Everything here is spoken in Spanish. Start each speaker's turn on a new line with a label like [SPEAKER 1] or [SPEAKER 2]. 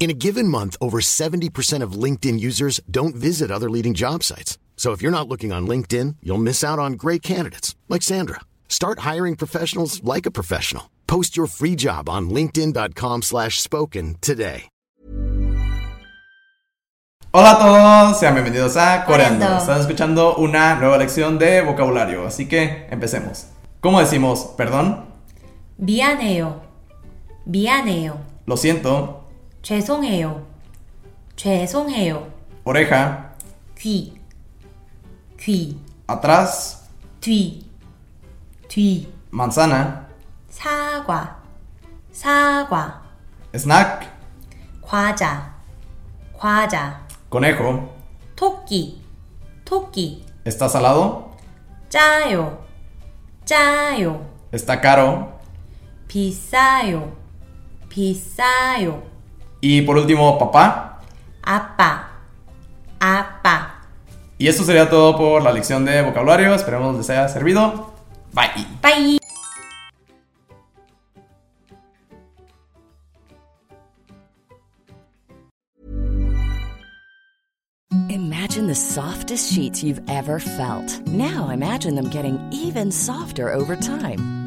[SPEAKER 1] In a given month, over 70% of LinkedIn users don't visit other leading job sites. So if you're not looking on LinkedIn, you'll miss out on great candidates like Sandra. Start hiring professionals like a professional. Post your free job on linkedin.com/spoken slash spoken today.
[SPEAKER 2] Hola a todos, sean bienvenidos a Coreando.
[SPEAKER 3] Coreando.
[SPEAKER 2] Están escuchando una nueva lección de vocabulario, así que empecemos. ¿Cómo decimos perdón?
[SPEAKER 3] 미안해요. 미안해요.
[SPEAKER 2] Lo siento,
[SPEAKER 3] 죄송해요. 죄송해요.
[SPEAKER 2] oreja,
[SPEAKER 3] 귀. 귀.
[SPEAKER 2] atrás,
[SPEAKER 3] 뒤. 뒤.
[SPEAKER 2] manzana,
[SPEAKER 3] 사과. 사과.
[SPEAKER 2] snack,
[SPEAKER 3] 과자. 과자.
[SPEAKER 2] conejo,
[SPEAKER 3] 토끼. 토끼.
[SPEAKER 2] está salado,
[SPEAKER 3] 짜요. 짜요.
[SPEAKER 2] está caro.
[SPEAKER 3] 비싸요. 비싸요.
[SPEAKER 2] Y por último, papá.
[SPEAKER 3] 아빠. 아빠.
[SPEAKER 2] Y esto sería todo por la lección de vocabulario, esperemos les haya servido. Bye.
[SPEAKER 3] Bye.
[SPEAKER 4] Imagine the softest sheets you've ever felt. Now imagine them getting even softer over time.